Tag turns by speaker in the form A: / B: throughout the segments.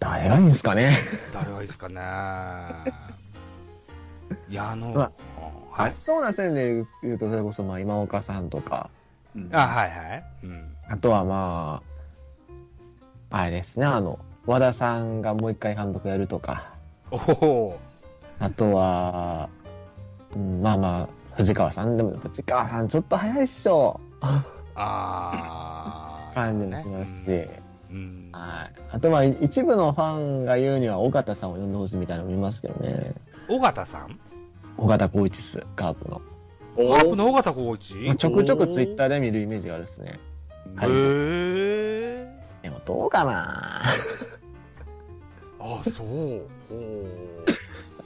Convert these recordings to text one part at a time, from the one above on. A: 偉いんですかね。
B: 誰がいいですかね。いや、あの、
A: うわ
B: は
A: あ
B: い。
A: そうな線で言うと、それこそ、まあ、今岡さんとか、
C: うん
B: あ、はいはい。うん。
A: あとはまあ、あれですね、あの、和田さんがもう一回監督やるとか、
B: おお。
A: あとは、うん、まあまあ、藤川さんでも、藤川さんちょっと早いっしょ、
B: あ あ。
A: 感じもしますし、
B: うん。うん
A: はい。あとまあ、一部のファンが言うには、尾形さんを呼んでほしいみたいなのも見ますけどね。
B: 尾形さん
A: 尾形光一っす、カープの。
C: お
B: カープ
C: ー
B: の尾形浩一
A: まあちょくちょくツイッターで見るイメージがあるっすね。
B: へ
A: はい
B: え。
A: でもどうかな
B: あ、そう。おー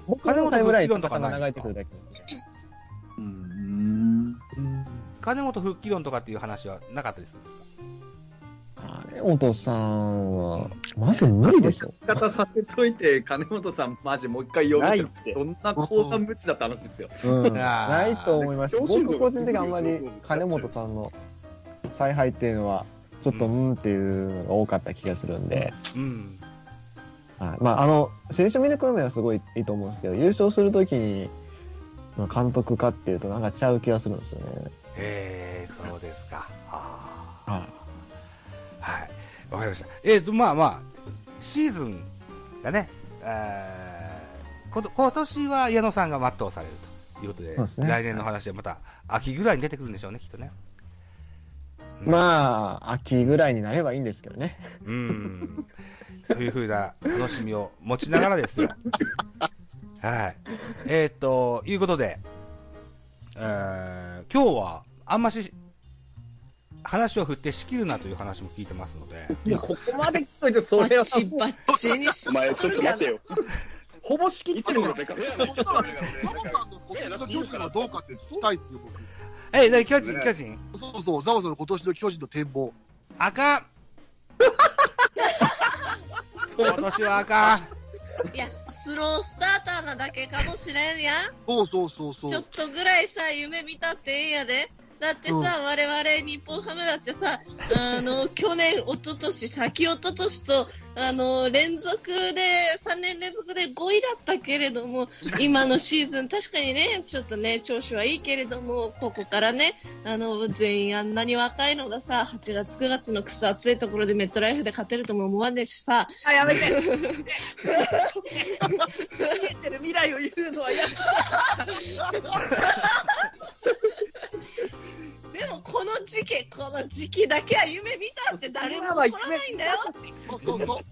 A: 他のタイムラインとか流れてくるだけ
C: うん
B: 金本復帰論とかっていう話はなかったりするんですか
A: 金本さんは、まず無理でしょ。
C: 言い方させといて、金本さん、マジもう一回読め
D: ないって
C: どんな高三無知だって話ですよ。
A: うん、
B: あー
A: ないと思います。
D: 上司の
A: 僕個人的にあんまり金本さんの采配っていうのは、ちょっと
B: う
A: うんんっていうのが多かった気がするんで、
B: うん。
A: はいまあ、あの、選手見抜く目はすごいいいと思うんですけど、優勝するときに、まあ監督かっていうとなんかちゃう気がするんですよね。
B: へえ、そうですか。あ
A: は
B: ーはい。わかりました。えっ、と、まあまあ、シーズンがね、えーこと今年は矢野さんが全うされるということで、
A: そうですね
B: 来年の話はまた秋ぐらいに出てくるんでしょうね、きっとね。
A: い。まあ、秋ぐらいになればいいんですけどね。
B: うん。そういうふうな楽しみを持ちながらですよ。はい。えーっと、いうことで、えー今日はあんまし、話を振って仕切るなという話も聞いてますので、
C: いや、ここまで来といて、そ
E: バ
C: れは
E: ッチバッチにし
D: お前、ちょっと待てよ。
C: ほぼ仕切って
D: いつ
C: る
D: も
C: の
D: のベカ
F: そもそもね、ザボさんの今年の巨人はどうかって聞きたいっすよ、僕。
B: え、なに巨人、巨人
F: そうそう、ザボさんの今年の巨人の展望。
B: あかん今年はあかん
E: いや、スロースターターなだけかもしれんやん。
F: そうそうそうそう。
E: ちょっとぐらいさ、夢見たってええやで。だってさ、
F: うん
E: 我々日本ハムだってさ、あの、去年、一昨年先一昨年と、あの、連続で、3年連続で5位だったけれど も、今のシーズン、確かにね、ちょっとね、調子はいいけれども、ここからね、あの、全員あんなに若いのがさ、8月9月のくそ暑いところでメットライフで勝てるとも思わねえしさ、
G: あ、やめて。見えてる未来を言うのはやめて。
E: でもこの時期、この時期だけは夢見たって誰も
C: 今は夢
E: 怒らないんだよ。
F: そうそうそう。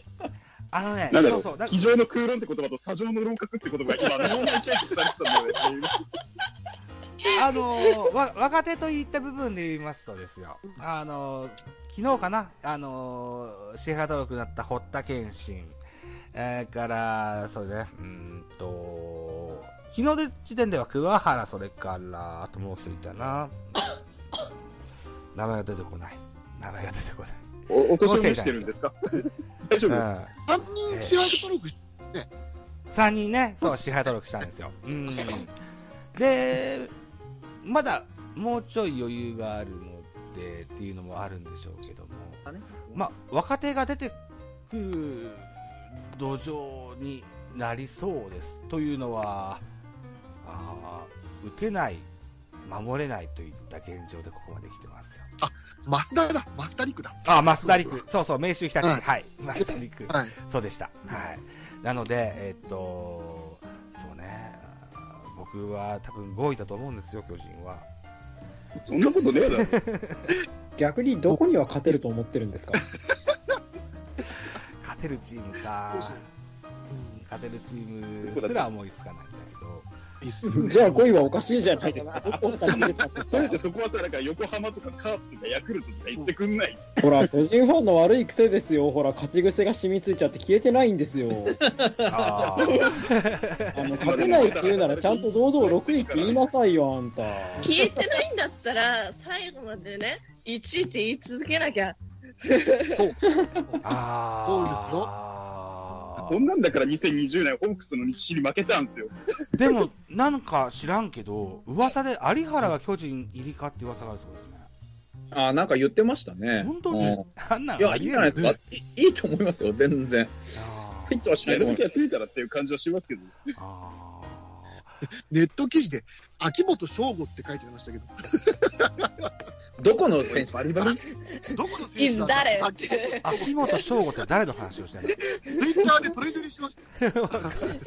B: あのね、
D: なんだ
B: そ
D: ろ
B: うそう、だ
D: う、机上の空論って言葉と砂上の論格って言葉が今、両面検討されてたんだよね。
B: あのーわ、若手といった部分で言いますとですよ。あのー昨日かなあのーシェア登録になった堀田健信。えー、から、そうね、うーんと、昨日で時点では桑原、それから、あともう一人いたな。名前が出てこない。名前が出てこない。
D: お、お年を召してるんですか大丈
B: う
D: 夫です。
B: ん
F: 三人試合登録し
B: 3人ね、そう、支配登録したんですよ。うん。で、まだもうちょい余裕があるのでっていうのもあるんでしょうけども、まあ、若手が出てくる土壌になりそうです。というのは、あー打てない、守れないといった現状でここまで来てますよ。
F: マスダだ、マスダリクだ。
B: あ、増田陸。そうそう、明秀日立。
F: はい
B: はい。増田陸。
F: はい。
B: そうでした。はい。なので、えっと、そうね、あー僕は多分5位だと思うんですよ、巨人は。
D: そんなことねえだろ。
H: 逆にどこには勝てると思ってるんですか
B: 勝てるチームか
F: そうそう、
B: 勝てるチームすら思いつかないんだけど、
F: いいっすよね
H: じゃあ5位はおかしいじゃないですか。どこ下に出たって
D: だってそこはさ、なんか横浜とかカープとかヤクルトとか言ってくんない。
H: ほら、個人ファンの悪い癖ですよ。ほら、勝ち癖が染みついちゃって消えてないん ですよ。
B: あー
H: あの、勝てないって言うならちゃんと堂々6位って言いなさいよ、あんた。
E: 消えてないんだったら、最後までね、1位って言い続けなきゃ。
F: そう。
B: あー。
F: そうですよ
D: そんなんだから2020年、ホークスの日誌に負けたんですよ。
B: でも、なんか知らんけど、噂で有原が巨人入りかって噂があるそうですね。
C: あ、なんか言ってましたね
B: 本当
C: うん
B: にあんなの
C: いや、いいんじゃないですか。いいいいと思いますよ、全然。
B: あ
D: 入ってましたね。やるときは増えたらっていう感じはしますけど。
B: あ
F: ネット記事で、秋元翔吾って書いてありましたけど、
C: どこの選手バリバリ
F: どこの選
E: い
F: 手
E: つ
F: だ
E: 誰
F: さ
E: っ
F: っき、ツ
E: て。
B: ー秋元翔吾って誰の話をしてる
F: イッターでトレンドにし ました。
E: い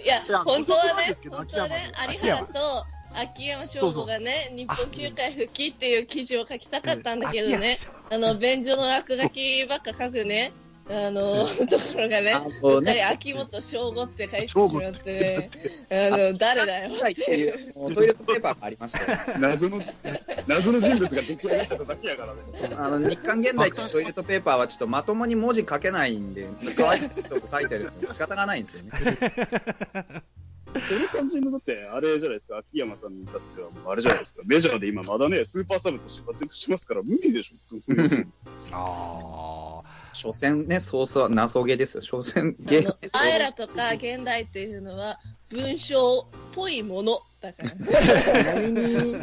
E: や
F: いや、
E: 本当は
F: ご存知なん
E: ね
F: です、けど
E: 本当はね、
B: 秋
E: 有
B: 山
E: 原と秋山翔吾がね、日本球界復帰っていう記事を書きたかったん
B: の
E: だけどね、あの、便所の落書きばっか書くね、あの、ところがね、うっかり秋元翔吾って書いてしまってね、あの、誰だよ。
G: はいっていう、もうトイレットペーパーがありましたよ。
D: 謎の、謎の人物が出来上がっちゃっただけやからね。
C: あの日刊現代とトイレットペーパーはちょっとまともに文字書けないんで、可愛いとこ書いてると仕方がないんですよね。
D: その感じの、だって、あれじゃないですか、秋山さんに至っては、もうあれじゃないですか、メジャーで今まだね、スーパーサブとして活躍しますから、無理でしょ、そうですよ
B: あ
C: 所詮ね、ソースは謎ゲーですよ。所詮
E: あ
C: ゲー
E: の、アエラとか現代っていうのは、文章っぽいものだからね。
H: ちなみに、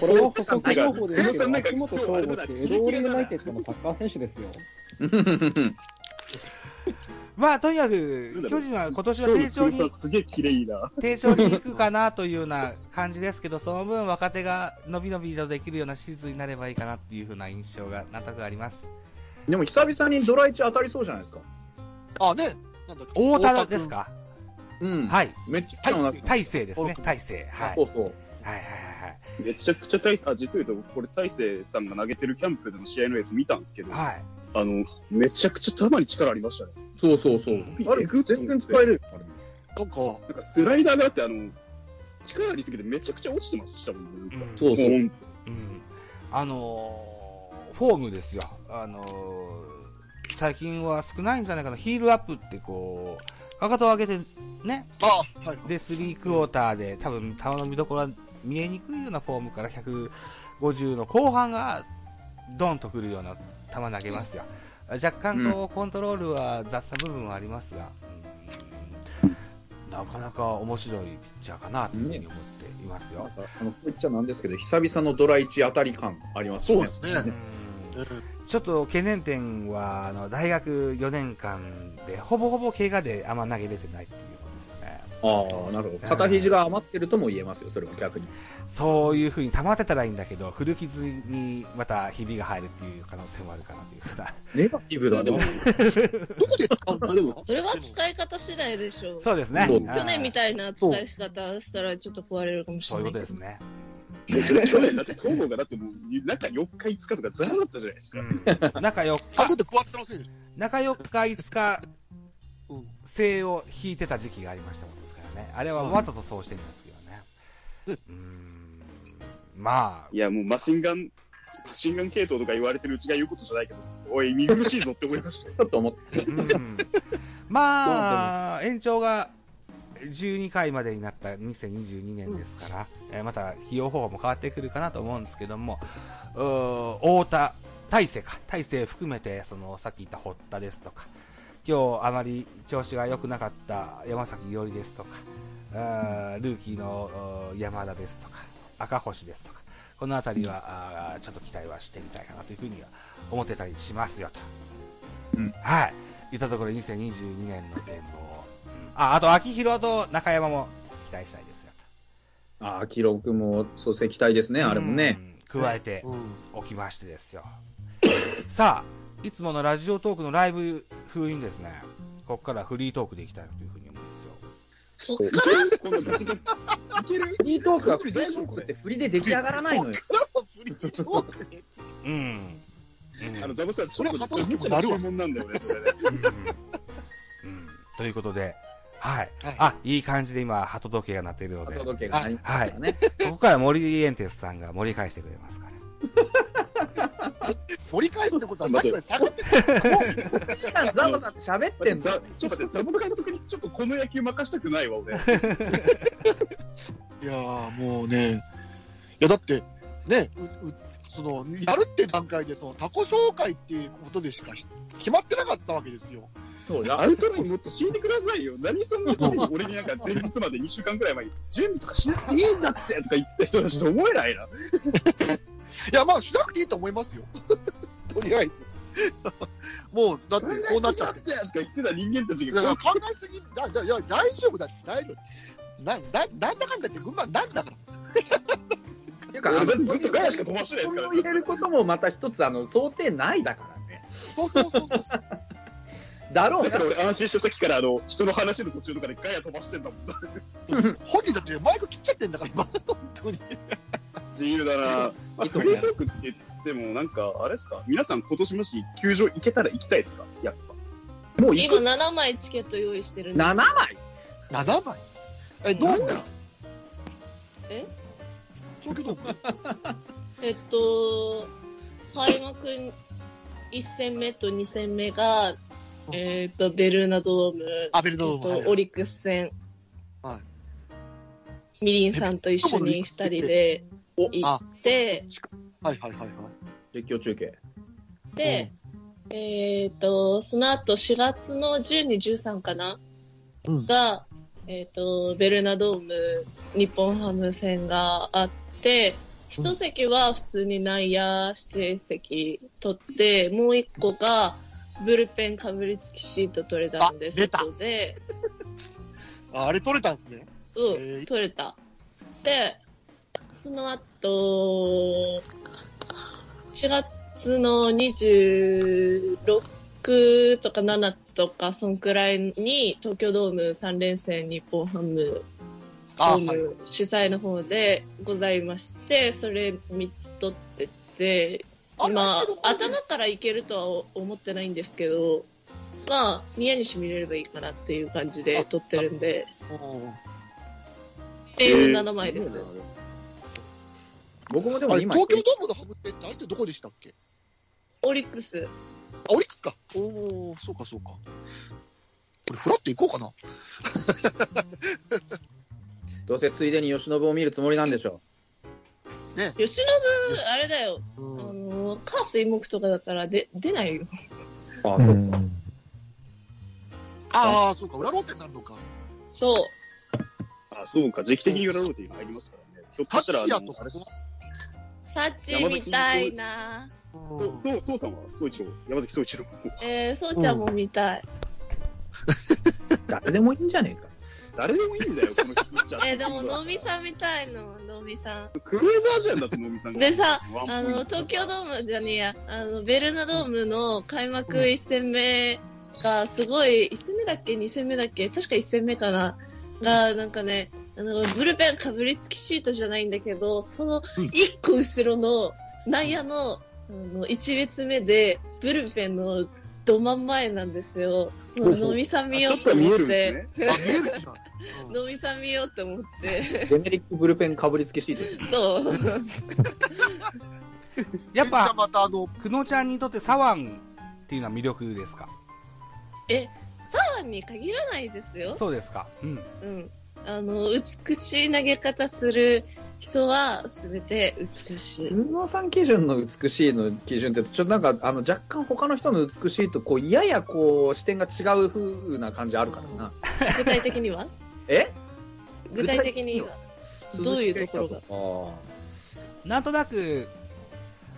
H: これは補足情報ですけ ど、秋元翔吾ってエドオールユナイテッドのサッカー選手ですよ。
B: ーまあとにかく巨人は今年は
D: 今
B: 低
D: 日の
B: 調
D: 黒
B: に
D: さすげえ綺麗な。
B: 低調に行くかなというような感じですけど、その分若手が伸び伸びとできるようなシーズンになればいいかなっていうふうな印象がなんとなくあります。
C: でも久々にドライチ当たりそうじゃないですか。
F: あ、ね、なんだっけ
B: 大田ですか
C: うん。
B: はい。
C: めっちゃ
F: はい
B: 大勢ですね。大勢。はい。
C: そうそう。
B: はいはいはい
D: めちゃくちゃ大勢、あ、実を言うと、これ大勢さんが投げてるキャンプでの試合のやつ見たんですけど、あ
B: はい。はい。
D: の、めちゃくちゃ球に力ありましたね。
C: そうそうそう。あれ、全然使えるよ。あれ
F: なんか、
D: なんかスライダーがあって、あの、力ありすぎてめちゃくちゃ落ちてましたもん
B: う
D: ね。
B: ん
C: そうそう。
D: う。
B: うん、あのーフォームですよ、あのー最近は少ないんじゃないかな、ヒールアップってこう、かかとを上げてね、
F: あ、はい。
B: で、スリークォーターで、多分球の見どころは見えにくいようなフォームから150の後半が、ドンとくるような球投げますよ。若干こう、コントロールは雑な部分はありますが、うんなかなか面白いピッチャーかなというふうに思っていますよ。
C: あの、こう言っちゃなんですけど、久々のドライチ当たり感あります
F: そう
C: ね
F: で。すね。
B: うん
F: うん
B: ちょっと懸念点は、あの、大学4年間で、ほぼほぼ怪我であんま投げれてないっていうことですよね。
C: ああ、なるほど。片肘が余ってるとも言えますよ、それは逆に。
B: そういう風に溜まってたらいいんだけど、古傷にまたひびが入るっていう可能性もあるか なというふうな。
C: ネガティブだね。
F: どこで使うのでも、
E: それは使い方次第でしょう。
B: そうですね。
C: そう
B: あー
E: 去年みたいな使い方したらちょっと壊れるかもし
B: そう
E: れ
B: いうこ
E: ない
B: と
E: けど。
B: ですね。
D: 去年だって、東郷がだってもう、中4日5日とかザラだったじゃないですか。
B: うん中4
F: あ、だ
B: 日、
F: って分厚さのせいでし
B: 中4日5日、
F: ょ。うん。
B: 性を引いてた時期がありましたもんですからね。あれはわざとそうしてるんですけどね。うん。まあ
D: い、や、もうマシンガン、マシンガン系統とか言われてるうちが言うことじゃないけど、おい、見苦しいぞって思いましたよ。
C: ちょっと思っ
B: うんまあ、延長が12回までになった2022年ですから、えーまた費用方法も変わってくるかなと思うんですけども、うー太田、大勢か、大勢含めて、そのさっき言った堀田ですとか、今日あまり調子が良くなかった山崎伊織ですとか、あールーキーのうー山田ですとか、赤星ですとか、このあたりは、あーちょっと期待はしてみたいかなというふうには思ってたりしますよと。はい。言ったところ2022年の展望。あ、あと秋広と中山も期待したいですよ。
C: ああ、記録も、そうですね、期待ですね、あれもね。
B: うん。加えて
F: うん。
B: おきましてですよ。 さあ、いつものラジオトークのライブ風にですね、ここからフリートークでいきたいというふうに思うんですよ。
D: こんなぶち切れ
C: フリートークは、フリートークって振りで出来上がらないのよ。
F: フリートークで
B: うん。
D: あの、ザボさん、ちょっ
F: それは
D: と、無茶な注文なんだよね、それね
B: うんうんということで、はい。
F: はい
B: あ、いい感じで今、鳩時計が鳴っているので、
C: 鳩
B: こ
C: 時計が鳴りましたね。
B: こから森エンテスさんが盛り返してくれますから。
F: 盛り返すってことは、さっきまで下がってたんですかもう
C: ザボさん喋ってん
D: ザ
C: だ。
D: ちょっと待って、ザボの監督にちょっとこの野球任したくないわ、俺。
F: いやー、もうね、いや、だって、ね、ううその、やるって段階で、その、他己紹介っていうことでしかし決まってなかったわけですよ。
C: そうだ
D: アウトラインもっと死んでくださいよ。何そんなことに俺になんか前日まで2週間くらい前に、準備とかしなくていいんだってとか言ってた人たちと思えない な。
F: いや、まあ、しなくていいと思いますよ。とりあえず。 もう、だってこうなっちゃって。
D: て。とか言ってた人間たち
F: いやい
D: が
F: や、考えすぎ、いやいやいや、大丈夫だって、大丈夫。な、な、なんだかんだ言って群馬なんだから。
G: っていうか、
D: 俺
G: あ
D: だっ
G: の
D: てずっとガヤしか飛ばしてない
G: そ
D: で
G: れ
D: す
G: を
D: か
G: 入れることもまた一つ、あの、想定内だからね。
F: そうそうそうそうそう。
G: だろう
D: ら。だ
G: な
D: から。俺安心してさっきからあの人の話の途中とかでガヤ飛ばしてんだもんな。
F: 本人だってマイク切っちゃってんだから、今。 本当に。
D: 自由だな。まあ、
G: いつ
D: フ
G: も
D: リ
G: ね
D: ートークって言ってもなんかあれですか。皆さん今年もし球場行けたら行きたいですか。やっぱ。
G: もう行
E: 今
G: く。
E: 7枚チケット用意してるんです
G: 7枚
F: 7枚。え、どう
D: なんだ
E: え
F: 東京ドーム
E: えっと、開幕1戦目と2戦目が、えっと、ベルーナドーム、
F: アベルドーム
E: え
F: は
E: っ
F: い
E: と、オリックス戦、
F: は
E: みりんさんと一緒にしたりで
G: お
E: 行
F: あ
E: って、
F: はいはいはいはい。
G: 実況中継。
E: で、えっと、その後4月の12、13かな
F: うん。
E: が、えっと、ベルーナドーム、日本ハム戦があって、一席は普通に内野指定席取って、もう一個が、ブルペンかぶりつきシート取れたんで、
F: あ出た
E: 外で、
F: ああれ取れたんですね。
E: うん、取れた。で、その後、4月の26とか7とか、そんくらいに、東京ドーム3連戦日本ハム
F: あ
E: ド
F: はい。
E: ーム主催の方でございまして、それ3つ取ってて、
F: あれ
E: まあ
F: 相手の、方で
E: 頭からいけるとは思ってないんですけど、まあ、宮西見れればいいかなっていう感じで取ってるんで、
F: うん
E: っていう7枚です。
G: 僕もで
F: あ
G: も
F: れ
G: 今、
F: 東京ドームのハムって相手どこでしたっけ
E: オリックス。
F: あ、オリックスか。おお、そうかそうか。これフラッと行こうかな。
G: どうせついでに吉信を見るつもりなんでしょ
E: 吉信、あれだよ。あ
F: うん
E: の、火水木とかだからで出ないよ。
G: う。あ
A: うん
F: ああ、そうか、裏ローテになるのか。
E: そう。
D: あ、そうか。時期的に裏ローテに入りますからね。ひょっと
F: タ
D: したら
F: ッ
D: あ
F: チ
D: の
F: アとかね。
E: サッチみたいな。
F: うん
D: そうそうそうさんは総一郎山崎総一郎。
E: えー、そうちゃんも見たい。
G: 誰でもいいんじゃねえか。
D: 誰でもいいんだよ。この人じゃ
E: えー、でも、のみさん見たいの、のみさん。
D: クルーザーじゃんだってのみさんが。
E: でさ
D: ワンポイ
E: あ
D: ント
E: の、東京ドームじゃねえや、あの、ベルーナドームの開幕1戦目がすごい、1戦目だっけ ?2 戦目だっけ確か1戦目かなが、なんかね、あの、ブルペンかぶりつきシートじゃないんだけど、その1個後ろの内野の、あの、1列目で、ブルペンのど真ん前なんですよ。
F: ほうほう
E: のみさん見
D: ち
E: よ
D: ょ
E: う
D: っ
E: と
D: と見
E: 思
D: え
E: っ
D: るんです
E: て
D: ね。。
F: あ、見えるじゃん。うん
E: のみさん見ようと思って。
G: ジェネリックブルペンかぶりつきシート。
E: そう。
B: やっ
F: じゃあ
B: ぱ、
F: またあの、
B: 久野ちゃんにとってサワンっていうのは魅力ですか
E: サワンに限らないですよ。
B: そうですか。うん。
E: うん。あの、美しい投げ方する人は全て美し い。
G: 運動さん基準の美しいの基準って、ちょっとなんか、あの、若干他の人の美しいと、こう、ややこう、視点が違う風な感じあるからな。
E: 具体的 には
G: え
E: 具体的にはどういうところが
G: ろ
B: なんとなく、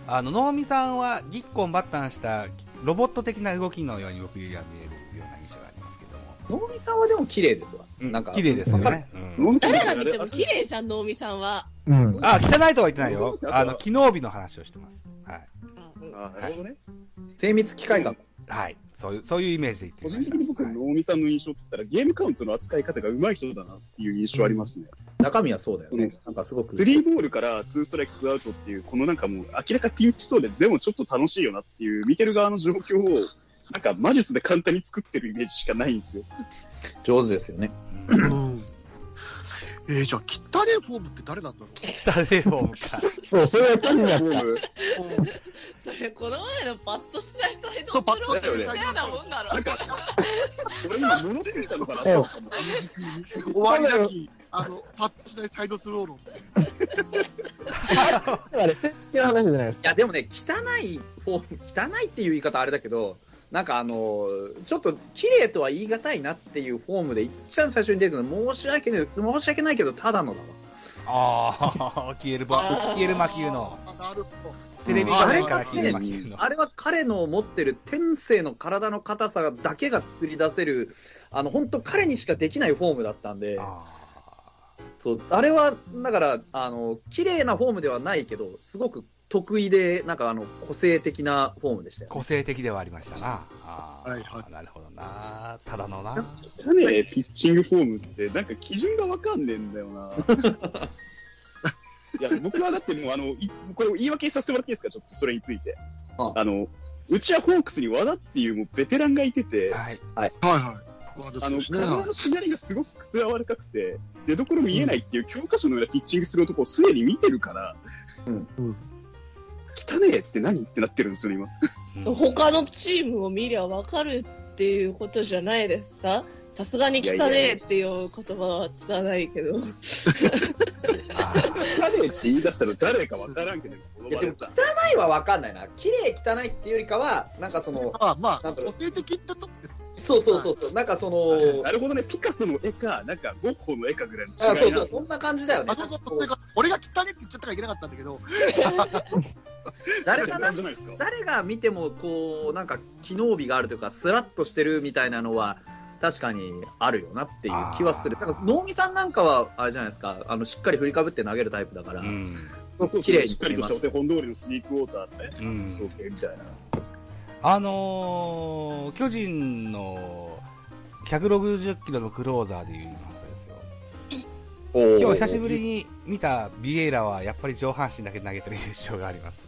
B: あの、能見さんはぎっこんばったんしたロボット的な動きのように僕には見えるような印象がありますけども。
G: が能見さんはでも綺麗ですわ。
B: うん
G: なんか、
B: 綺麗ですよ
G: わかる
B: ね。うん
E: 誰が見ても綺麗じゃん、能見さんは。
A: うん。
B: あ、汚いとは言ってないよ。あの、昨日日の話をしてます。はい。
D: あなるほどね。
G: 精密機械学。
B: はい。そういう、そういうイメージで言って
D: 個
B: みま
D: 人
B: し
D: 的に僕、
B: た。はい
D: 能見さんの印象っつったら、ゲームカウントの扱い方が上手い人だなっていう印象ありますね。
G: 中身はそうだよ
D: うん
G: ね。なんかすごく。
D: スリーボールからツーストライク、ツーアウトっていう、このなんかもう明らかピンチそうで、でもちょっと楽しいよなっていう、見てる側の状況を、なんか魔術で簡単に作ってるイメージしかないんですよ。
G: 上手ですよね。
B: うん
F: うん。えー、じゃあ、汚ねえフォームって誰なんだろ
B: 誰もか。
A: そう、それは気になった。
F: う。うん
E: それ、この前のパッとしない人
F: そうパッ
E: の
F: と
E: ス
F: しない
E: ロー
F: 人
E: みたいなもんだろ。
D: 俺今、物出てきたのかな
A: そう
D: と思った
F: 終わりなき、あの、パッとしないサイドスロー論。
A: あれ、正式な話じゃないです
G: いや、でもね、汚いフォーム、汚いっていう言い方あれだけど、なんかあの、ちょっと綺麗とは言い難いなっていうフォームで、一番最初に出てくるの、申し訳ない、申し訳ないけど、ただのだわ。
B: ああ、消えるボ、消える魔球の。
F: あなるほど。
B: テレビ
F: あ
B: 画
F: れ
B: 面から昼間切るの。
G: あれは彼の持ってる天性の体の硬さだけが作り出せる、あの、本当彼にしかできないフォームだったんで、
B: あ
G: そう、あれは、だから、あの、綺麗なフォームではないけど、すごく得意で、なんかあの、個性的なフォームでした
B: ー
G: よ。
B: 個性的ではありましたな。あー
F: はいは
B: なるほどな。ただのな。
D: だね、ピッチングフォームって、なんか基準がわかんねえんだよ な。いや、僕はだってもう、あの、いこれ言い訳させてもらっていいですか、ちょっとそれについて。
G: あ
D: あの、うちはホークスに和田っていうもうベテランがいてて、
B: はい。
F: はいはい。まあ、
D: あの、
F: ですね。
D: 体の左がすごくくす柔らかくて、出所見えないっていう教科書のようなピッチングする男をすでに見てるから、
G: うん
F: うん
D: 汚ねえって何ってなってるんですよ、今。
B: うん
E: 他のチームを見りゃわかるっていうことじゃないですかさすがに汚ねえっていう言葉は使わないけど。
B: あー
D: 汚ねえって言い出したら誰かわからんけど、この
G: いや、
D: 場
G: で
D: で
G: も、
D: さ
G: 汚。いは分かんないな。綺麗汚いっていうよりかは、なんかその、
F: まあま
G: な
F: あ、
G: んだろう
F: 個性的ってとこ
G: そうそうそうそう、なんかその、
D: なるほどね、ピカソの絵か、なんかゴッホの絵かぐらいの
G: あ
D: 違
G: そ
D: いうな
G: そう、そんな感じだよね
F: あ、。そうそう、それが俺が汚いって言っちゃったからいけなかったんだけど、
G: 誰
D: じ
G: が
D: ゃないですか。
G: 誰が見てもこうなんか機能美があるというかスラッとしてるみたいなのは確かにあるよなっていう気はする
B: あー
G: なんか能見さんなんかはあれじゃないですかあのしっかり振りかぶって投げるタイプだから、
B: うん。
G: す
D: そ
G: ご
D: うそ
G: く
D: う
G: 綺麗
D: し
G: に
D: っか
G: 撮
D: り
G: りま
D: としたお
G: す
D: 手本通りのスニークウォーターって、
B: うん。
D: そうけみたいな。
B: あのー、巨人の160キロのクローザーで言いますとですよ。今日久しぶりに見たビエイラはやっぱり上半身だけ投げてる印象があります。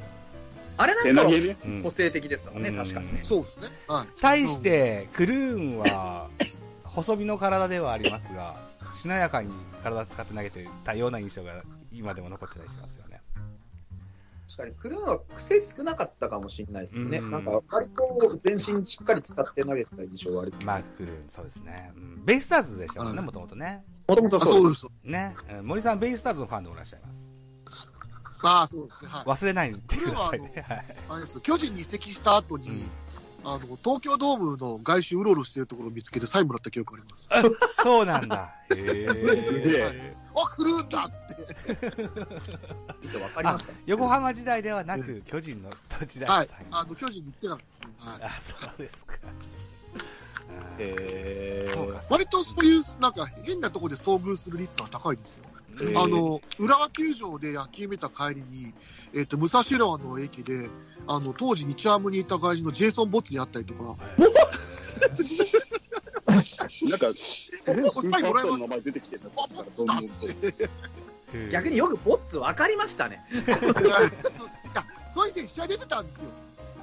G: あれな
D: 手
G: んか
D: 投
G: は
D: げね。
B: うん
G: 個性的ですもんね、確かにね
F: そうですね。はい。
B: 対して、クルーンは、細身の体ではありますが、しなやかに体使って投げてたような印象が今でも残ってたりしますよね。
G: 確かにクルーンは癖少なかったかもしれないですね、
B: うん
G: なんか割と全身しっかり使って投げてた印象があります、
B: マーク・クルーン、そうですね。うんベイスターズでしたもんね、
F: はい
B: もともとね。
G: もとも
F: あ
G: とそう
F: そうです。
B: ね、うん森さん、ベイスターズのファンでおらっしゃいます。
F: ああ、そうですね。はい。
B: 忘れないでくださいね。はい
F: あれですよ巨人に移籍した後に、あの、東京ドームの外周うろうろしてるところを見つけてサインもらった記憶あります。あ、
B: そうなんだ。へ
D: げ
B: ー
F: え来るんだっつって。
G: ちょっとわかり
B: あ
G: ました
B: 横浜時代ではなく、巨人のスタ時代
F: はい
B: サイン。
F: あの、巨人に行ってからですね。はい。
B: あ、そうですか。あー
G: へー
B: そうか、そう
F: 割とそういう、なんか変なところで遭遇する率は高いですよ。
B: うん
G: へー
F: あの、浦和球場で野球見た帰りに、えっ、と、武蔵浦和の駅で、あの、当時日ハムにいた外人のジェイソン・ボッツに会ったりとか、
D: なんか、
F: おサインもらえま
D: ス
F: す
D: ーパースターの名前出てきてた
F: あ、ボッツだっつって。
G: 逆によくボッツ分かりましたね
F: いや そういや、そういう時試合出てたんですよ。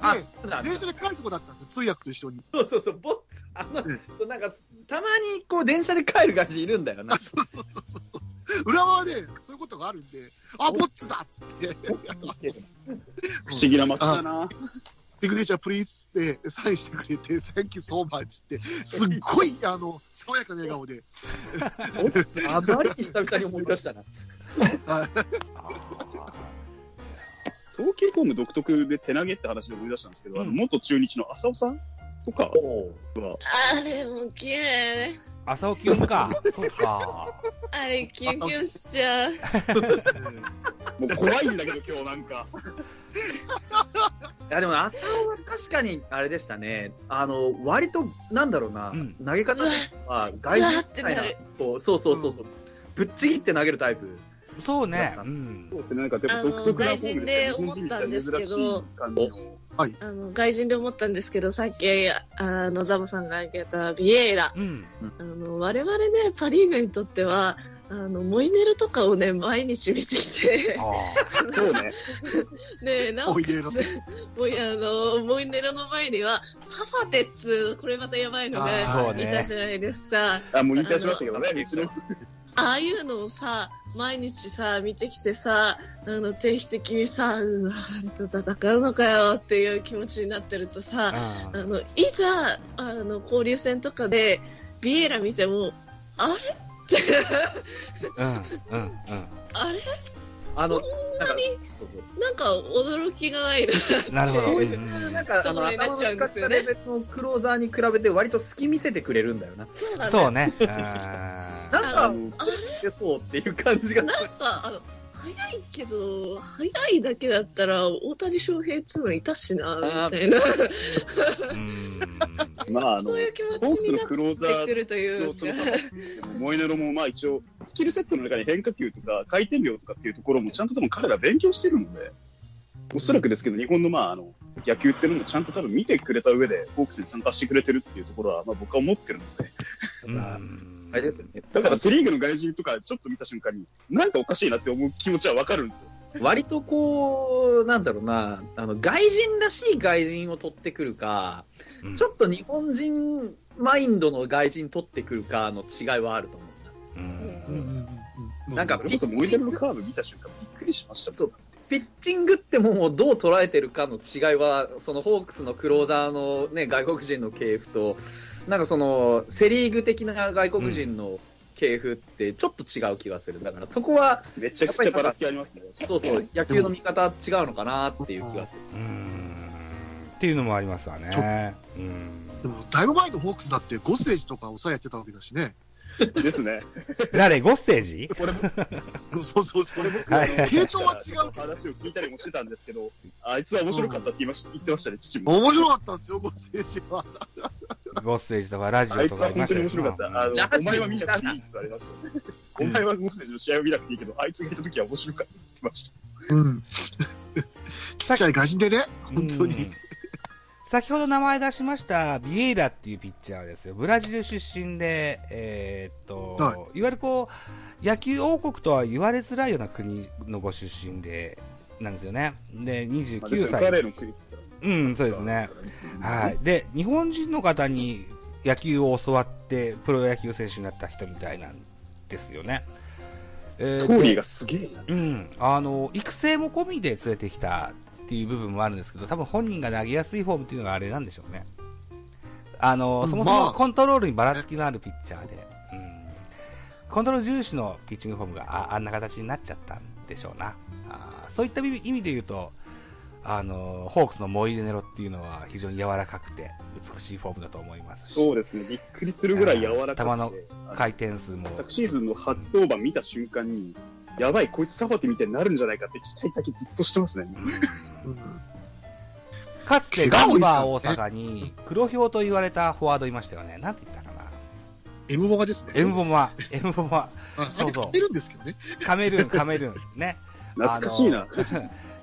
G: あ
F: で、
G: そうなんだ
F: 電車で帰るとこだったんですよ、通訳と一緒に。
G: そうそうそう、ボッツ、あの、なんか、たまにこう、電車で帰る感じいるんだよな
F: あ、。そうそうそうそうそう。浦和はね、そういうことがあるんで、あ、ボッツだっつって、
D: 不思議な街だな。
F: ディグネーチャープリーズってサインしてくれて、Thank you so much って、すっごい、あの、爽やかな笑顔で、
G: あまりに久々に思い出したな。
D: 東京ドーム独特で手投げって話で思い出したんですけど、あの
B: うん
D: 元中日の浅尾さんとか、
E: あれも綺麗ね。
B: 朝起きよんか。そうか。
E: あれキュンキュンしちゃう。
D: もう怖いんだけど、今日なんか。
G: いや、でも、浅尾は確かに、あれでしたね。あの、割と、なんだろうな、
B: うん
G: 投げ方は、外人みたいな
E: うわってなる、
G: こうそうそうそうそう、ぶっちぎって投げるタイプ。
B: そうね。うん。
D: なんかでも独特なフォームで
E: あの外人で思ったんですけど
D: 日本人にしては珍しい感じの
E: あの、外人で思ったんですけど、さっき、あの、ザボさんが挙げたビエイラ。
B: うん。
E: あの、我々ね、パリーグにとっては、あの、モイネルとかをね、毎日見てきて、
B: あ
D: そうね。
E: ね、なお
F: お
E: か
F: いでの
E: つ、もうあの、モイネルの前には、サファテッツ、これまたやばいのね
F: あー
B: そう、ね
E: いたじゃないですか。
D: あ、もう引退しましたけどね、うちの。
E: ああいうのをさ、毎日さ、見てきてさ、あの、定期的にさ、うわ、あれと戦うのかよっていう気持ちになってるとさ、
B: あ。
E: あの、いざ、あの、交流戦とかで、ビエラ見ても、あれって、
B: うん。うん。
E: あれ
G: あの、なんか、
E: なんか驚きがないな。
B: うん。なるほど。
G: そう
B: う
G: い
B: ん
G: なんか、あの、
E: そうね
G: 頭
E: な
G: の
E: っちゃうん
G: 使
E: で
G: っ
E: すよ
G: た
E: ね
G: レベルのクローザーに比べて、割と隙見せてくれるんだよな。
E: そうだね。
B: そうね。うん
G: なんか、そうっていう感じが
E: なんか、あの、早いけど、早いだけだったら、大谷翔平っつうのいたしな、
G: あー
E: みたいな、
B: うん
D: まあ、あ の、
E: そういう気持ち
D: ホークス
E: に
D: の
E: なっ
D: クローザ
E: てく
D: ー
E: るというか
D: そ。うそうでもモイネロも、まあ一応、スキルセットの中に変化球とか回転量とかっていうところもちゃんと多分彼ら勉強してるので、おそらくですけど、日本のまああの、野球っていうのもちゃんと多分見てくれた上で、ホークスに参加してくれてるっていうところは、まあ僕は思ってるので、
B: うん
G: あれですよね。
D: だからセリーグの外人とかちょっと見た瞬間に、なんかおかしいなって思う気持ちはわかるんですよ。
G: 割とこう、なんだろうな、あの、外人らしい外人を取ってくるか、
B: うん
G: ちょっと日本人マインドの外人取ってくるかの違いはあると思うな。
B: う
E: うんん
F: んうん
G: なんか
D: それこそモイネロのカーブ見た瞬間びっくりしましたもん。
G: そうピッチングってもうどう捉えてるかの違いは、そのホークスのクローザーのね、外国人の系譜と、なんかその、セリーグ的な外国人の系譜ってちょっと違う気がする。だからそこは、
D: めちゃくちゃばらつきありますね。
G: そうそう、野球の見方違うのかなっていう気がする。
B: うんっていうのもありますわ
F: ちょ
B: ね。うん
F: でも、だいぶ前のホークスだって、ゴッセージとか抑えやってたわけだしね。
D: ですね。
B: 誰ゴッセージ
F: そうそうそう。
B: はい
F: 系統は違うけど
D: 話を聞いたりもしてたんですけど、あいつは面白かったって言いまし言ってましたね、父も。
F: 面白かったんですよ、ゴッセージは。
B: ゴッセージとかラジ
D: あ
B: オ
D: いつ
B: とか
D: は
B: あり
D: 本
B: ましたよ
D: 当に面白かった。あの、
G: ラ
D: お
G: ジオ
D: 前は見なくていいって言われましたね。お前はゴッセージの試合を見なくていいけど、あいつがいた時は面白かったって言ってまし
F: うん。 ちっちゃい外人でね、本当
B: う
F: に
B: ん。先ほど名前出しましたビエイラっていうピッチャーですよ、ブラジル出身で、えーっと、
F: はい
B: わゆるこう野球王国とは言われづらいような国のご出身でなんですよね、で
D: た。
B: 29
D: まあ彼
B: 歳、
D: の国っ
B: うん、そう
D: て
B: ですね、
D: は。
B: はいい、で日本人の方に野球を教わってプロ野球選手になった人みたいなんですよね。え
D: ト
B: ー
D: ー
B: で
D: リーがすげえな。
B: うん、あの育成も込みで連れてきたっていう部分もあるんですけど、多分本人が投げやすいフォームっていうのがあれなんでしょうね。あの、
F: うん
B: そもそも
F: まあ
B: コントロールにばらつきのあるピッチャーで、うん、コントロール重視のピッチングフォームがああんな形になっちゃったんでしょうな。あーそういった意味意味で言うと、あの、ホークスのモイデネロっていうのは非常に柔らかくて美しいフォームだと思いますし、
D: そうですね、びっくりするぐらい柔らかくて。
B: あー球
D: あの
B: 回転数も。
D: 昨シーズンの初登板見た瞬間に、やばい、こいつサボテみたいになるんじゃないかって期待だけずっとしてますね。
B: うん
F: うん
B: かつて
F: 怪
B: ガン
F: 我多いっす
B: バ
F: か
B: ー
F: ら
B: 大阪
F: ね
B: に黒豹と言われたフォワードいましたよね。なんて言ったかな。
F: M ボマですね。
B: エムボマ、エムボマ、
F: あ、
B: そうそう
F: 買ってるんですけどね。
B: カメルーン、カメルーン。ね。
D: 懐かしいな。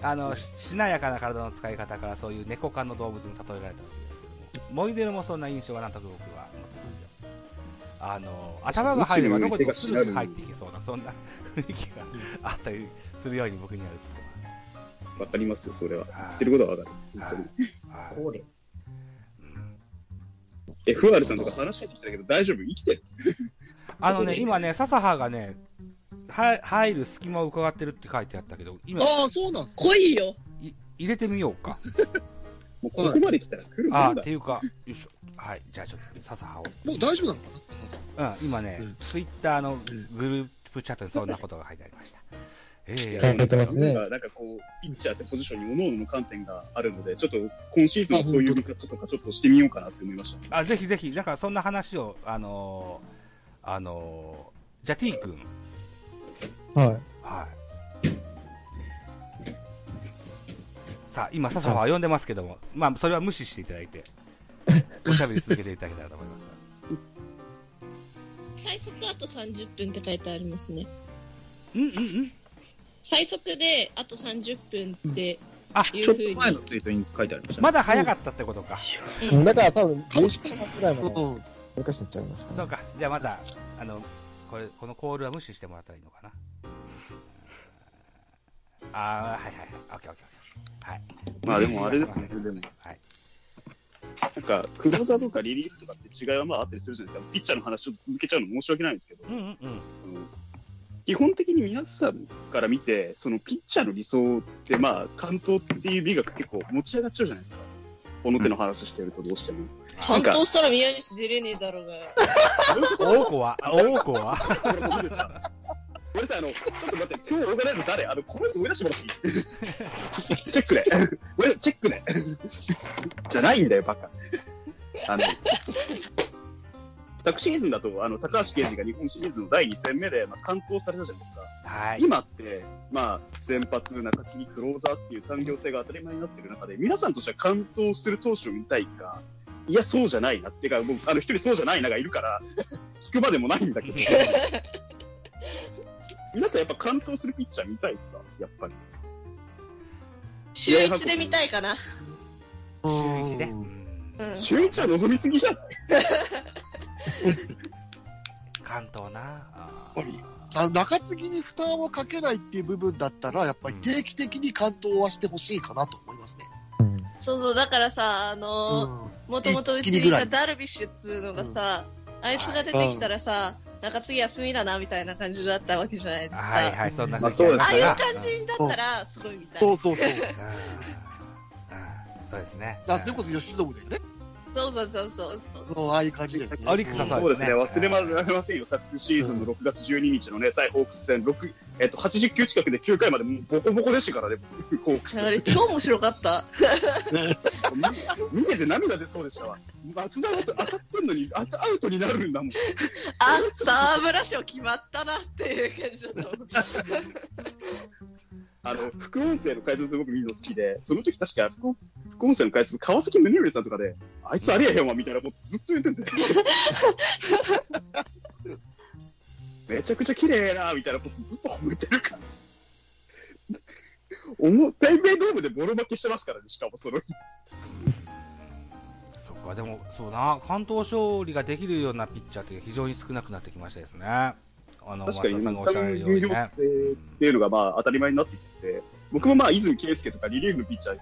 B: あの、ししなやかな体の使い方からそういう猫科の動物に例えられたわけですけども、モイデルもそんな印象がなんとなく僕は持ってますよ。あの、頭が入ればどこにもスルスル入ってきそうな、そんな 雰囲気があったりするように僕には映って
D: わかりますよ、それは。言
B: ま
D: っ
B: す
D: て。ることはわかる。
B: はいはい
D: 本
G: これ
B: うん
D: 当に。FR さんとか話し合ってきたけど、大丈夫生きてる
B: あのね、今ね、笹葉がね、は入る隙間を伺ってるって書いてあったけど、今、
F: ああ、そうなんですか。
E: 来いよ。
B: い入れてみようか。
D: もうここまで来たら来るも
B: あ
D: ん
B: ー
D: だ
B: っ。ていうか、よいしょ。はい、じゃあちょっと笹葉を。
F: もう大丈夫なのかな
B: うん、今ね
F: うん、
B: ツイッターのグループチャットにそんなことが書いてありました。え
A: 書い
B: ー
A: てますね
D: なんか、なんかこう、ピッチャーってポジションに各々の観点があるので、ちょっと今シーズンはそういう見方とかちょっとしてみようかなって思いました。
B: あ、ぜひぜひ、なんかそんな話を、あのー、あのー、じゃあ T 君。
A: はい。
B: はい。さあ、今、笹葉は呼んでますけども、まあ、それは無視していただい て、おしゃべり続けていただけたらと思います。
E: 最速あと30分って書いてありますね。
B: うんうんうん。
E: 最速であと30分って
B: あ
E: いう
G: ちょっ
E: ふう
G: と
E: に。
G: 前のツイートに書いてありましたね。
B: まだ早かったってことか。
E: うん
A: だから多分、
F: 楽
A: 10
F: しみ
A: 時間ぐらいまで
F: うん。
A: 難しいっちゃいます
B: そ
A: か
B: う
A: ね。
B: か。じゃあまた、あの、これ、このコールは無視してもらったらいいのかな。あー、はいはいはい。オッケーオッケーオッケー。はい。
D: まあでもあれですね。でも
B: はい。
D: なんか、クローザーとかリリーフとかって違いはまああったりするじゃないですか。ピッチャーの話ちょっと続けちゃうの申し訳ないんですけど、
B: うんうんうん。
D: うん基本的に皆さんから見て、そのピッチャーの理想って、まあ、関東っていう美学結構持ち上がっちゃうじゃないですか。この手の話してるとどう しても。
E: 担当したら宮西出れねえだろうが。
B: 大子は、大子は、
D: これ僕ですかごめんなさい、あの、ちょっと待って、今日オーガナイズ誰あの、この人思い出してもらっていいチェックね。ごめんなさいチェックね。じゃないんだよ、バカ。あの、昨シーズンだと、あの、高橋奎二が日本シリーズの第2戦目で、まあ、完投されたじゃないですか。
B: はい。
D: 今って、まあ、先発、中継ぎ、クローザーっていう産業性が当たり前になってる中で、皆さんとしては完投する投手を見たいか、いや、そうじゃないなってか、僕、あの、一人そうじゃないながいるから、 聞くまでもないん だけど。皆さんやっぱ完投するピッチャー見たいですかやっぱり。
E: 週一で見たいかな。
B: 週一ね。
E: う
B: うん
E: ん。
D: 週一は望みすぎじゃない
B: 関東な。あ
F: やっぱりあ中継ぎに負担をかけないっていう部分だったら、やっぱり定期的に完投はしてほしいかなと思いますね。
A: うん
E: そうそう、だからさ、あ
F: う
E: のー、
F: ん。
E: もともとうちにいたダルビッシュっつうのがさ、あいつが出てきたらさ、中継ぎ休みだなみたいな感じだったわけじゃないですか。
B: はいはい、そんな感じ。
C: まあそうで
E: ああ
C: す
E: いう
C: ね
E: 感じだったら、すごいみたい
F: そ
E: な。
F: うそうそう。
B: あーあーそうですね。
F: だからそれこそ吉信でね、
E: そうそうそうそう。
F: そうああいう感じで、ね。
B: オリックスは
D: そうですね、
B: そうですね
D: 忘れられませんよ、昨シーズンの6月12日のね、対ホークス戦、6えっと、80球近くで9回までもうボコボコでしたからね、ホークス
E: あ。れ、超面白かった。
D: 見てて涙出そうでしたわ。松永と当たってんのに、あアウトになるんだもん。
E: あん沢村賞決まったなっていう感じだと思った。
D: あの、副音声の解説で僕見るの好きで、その時確か副音、副音声の解説、川崎宗則さんとかで、あいつありえへんわ、みたいなことずっと言ってんだよ。 めちゃくちゃ綺麗な、みたいなことずっと褒めてるから。 おも、ペイペイドームでボロ負けしてますからね、しかもその
B: そっか、でも、そうな、関東勝利ができるようなピッチャーって非常に少なくなってきましたですね。あの、
D: 確かに、
B: 松田さんがおっしゃられる
D: 産
B: よう
D: 業
B: に
D: 性っ
B: ね。
D: ていうのがまあ当たり前になってきて、僕もまあ泉圭介とかリリーフのピッチャ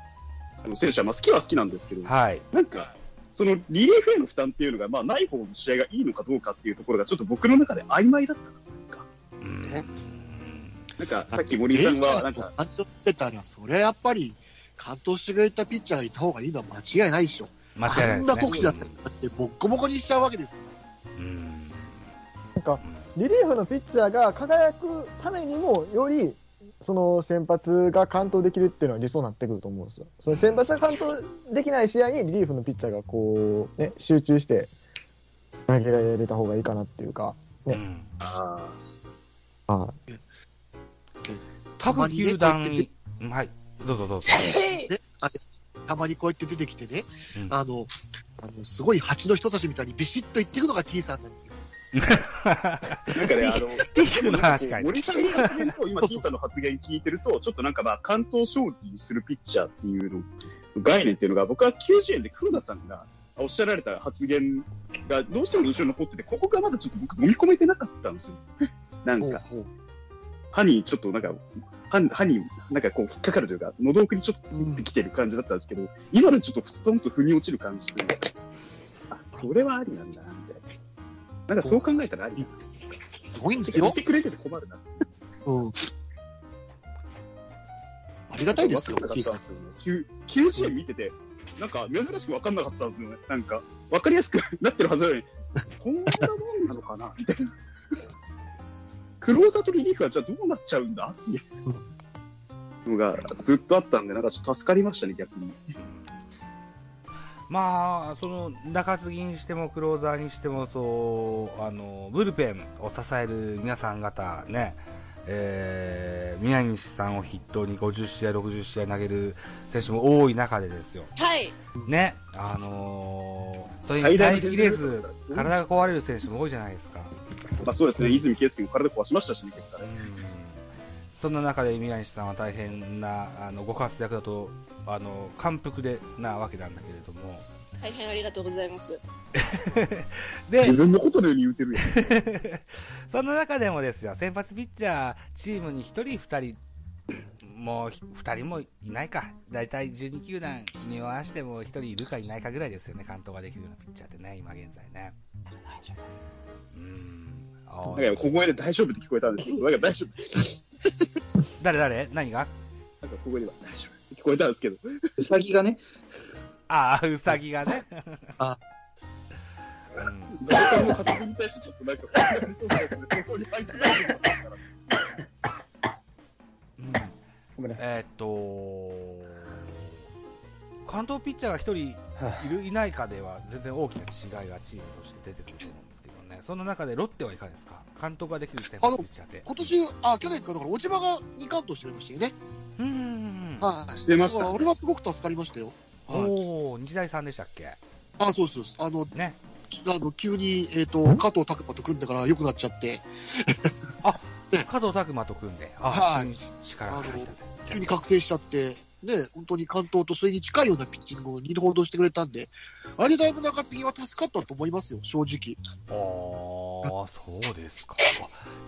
D: ーの選手はまあ好きは好きなんですけど、
B: はい。
D: なんか、そのリリーフへの負担っていうのがまあない方の試合がいいのかどうかっていうところがちょっと僕の中で曖昧だっ
B: うん
F: ね
D: た。なんかさっき森井さんはなんか、
F: 完投してたら、それはやっぱり、完投してくれたピッチャーがいた方がいいのは間違いないでしょ。
B: 間違いな
F: あ
B: い
F: ん
B: です
F: な
B: ね。
F: 国士だったら、だってボッコボコにしちゃうわけですから。
B: うん
A: なんか、リリーフのピッチャーが輝くためにも、より、その先発が完投できるっていうのは理想になってくると思うんですよ。その先発が完投できない試合にリリーフのピッチャーがこう、ね、集中して投げられた方がいいかなっていうか、
B: う
A: ね
B: ん。
D: あ
A: は
F: たま
B: 各
F: にね、
B: 球
F: こうや
B: 団
F: って出て、
B: うんはい。どうぞどうぞ。
F: たまにこうやって出てきてね、
B: うん
F: あの、あの、すごい蜂の人差しみたいにビシッといっていくのが T さんなんですよ。
D: ーなんかね、あの、
B: ティの話かい。
D: 森井さんの発言と今、金さんの発言聞いてると、ちょっとなんかまあ、関東勝利にするピッチャーっていうの、概念っていうのが、僕は90円で黒田さんがおっしゃられた発言がどうしても印象に残ってて、ここがまだちょっと僕、飲み込めてなかったんですよ。なんか、
F: ほうほ
D: 歯にちょっとなんか、歯に歯になんかこう引っかかるというか、喉奥にちょっと
F: ううん
D: できてる感じだったんですけど、今のちょっとストンと腑に落ちる感じで、あ、これはありなんだな、みたいな。なんかそう考えたらありだな。
F: すごいんです
D: 言っ
F: よ。
D: てくれてて困るな。
F: うん。ありがたいですよ
D: わかんな、か
F: T
D: った
F: さ
D: ん
F: ん
D: で。すよね。球球試合見てて、なんか珍しく分かんなかったんですよね。なんか、分かりやすく なってるはずなのに、こんなもんなのかなみたいな。クローザーとリリーフはじゃあどうなっちゃうんだっていうのがずっとあったんで、なんかちょっと助かりましたね、逆に。
B: まあ、その中継ぎにしてもクローザーにしてもそうあのブルペンを支える皆さん方、ねえー宮西さんを筆頭に50試合、60試合投げる選手も多い中でですよ、
E: はい。
B: ねあのーそれに耐えきれず体が壊れる選手も多いじゃないですか。
D: まあそうですね、泉圭介も体壊しましたしね、結果
B: う
D: ね。
B: んそんな中で宮西さんは大変なあのご活躍だとあの感服でなわけなんだけれども。
E: 大変ありがとうございます。
B: で
D: 自分のことのように言うてるやん。
B: そんな中でもですよ、先発ピッチャー、チームに1人、2人、もう2人もいないか、だいたい12球団に合わせても1人いるかいないかぐらいですよね、関東ができるようなピッチャーってね、今現在ね。うーんあー
D: なんか小声で大丈夫って聞こえたんですけど、なんか大丈夫
B: 誰誰何が
D: なんか小声では大丈夫って聞こえたんですけど、
G: うさぎがね、
B: ああ、うさぎがね。
F: あ
B: うん
D: ザワさんの発言に対してちょっとなんか、そうですね、そこに入ってないのかな
B: うん
H: ごめんなさい。
B: えーっと、関東ピッチャーが1人いるいないかでは全然大きな違いがチームとして出てくると思うんですけどね。その中でロッテはいかがですか監督ができる先
F: あ
B: 発
F: の
B: ピッチャーで。
F: 今年、あ、去年か、だから、落ち葉が二関東してくれましたよね。
B: うんうんうん。
F: はい。
D: 出ました
F: だから、俺はすごく助かりましたよ。はい。
B: おお日大さんでしたっけ
F: あ、そうですそうです。あの、
B: ね。
F: あの、急に、えっ、と、加藤拓馬と組んだから良くなっちゃって、
B: 加藤拓磨と組んで。あ、
F: はい
B: 急に力が入ったぜ。
F: 急に覚醒しちゃって、ね、本当に関東とそれに近いようなピッチングを二度ほどしてくれたんで、あれだいぶ中継ぎは助かったと思いますよ、正直。
B: ああ、そうですか。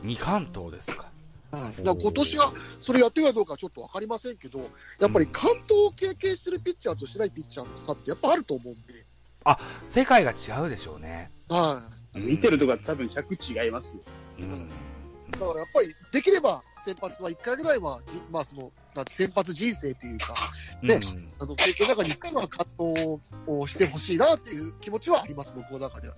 B: 二関東ですか。
F: はい。だから今年はそれやってるかどうかはちょっとわかりませんけど、やっぱり関東を経験するピッチャーとしないピッチャーの差ってやっぱあると思うんで、
B: 世界が違うでしょうね。
F: はい。
D: 見てるとこは多分100違いますよ。
B: うん。
F: だからやっぱり、できれば先発は1回ぐらいはじ、まあその、なんて先発人生というか、ね
B: うん
F: あの、経験の中に1回は葛藤をしてほしいなという気持ちはあります、僕の中では。